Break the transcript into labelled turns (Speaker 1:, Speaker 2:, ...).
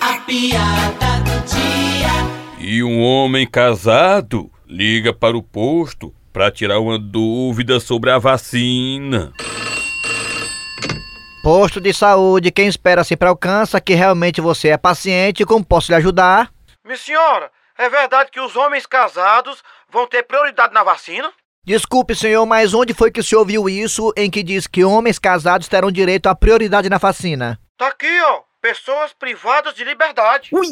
Speaker 1: A piada do dia.
Speaker 2: E um homem casado liga para o posto para tirar uma dúvida sobre a vacina.
Speaker 3: Posto de saúde, quem espera sempre alcança que realmente você é paciente, como posso lhe ajudar?
Speaker 4: Minha senhora, é verdade que os homens casados vão ter prioridade na vacina?
Speaker 3: Desculpe, senhor, mas onde foi que o senhor ouviu isso em que diz que homens casados terão direito à prioridade na vacina?
Speaker 4: Tá aqui, ó. Pessoas privadas de liberdade.
Speaker 3: Ui!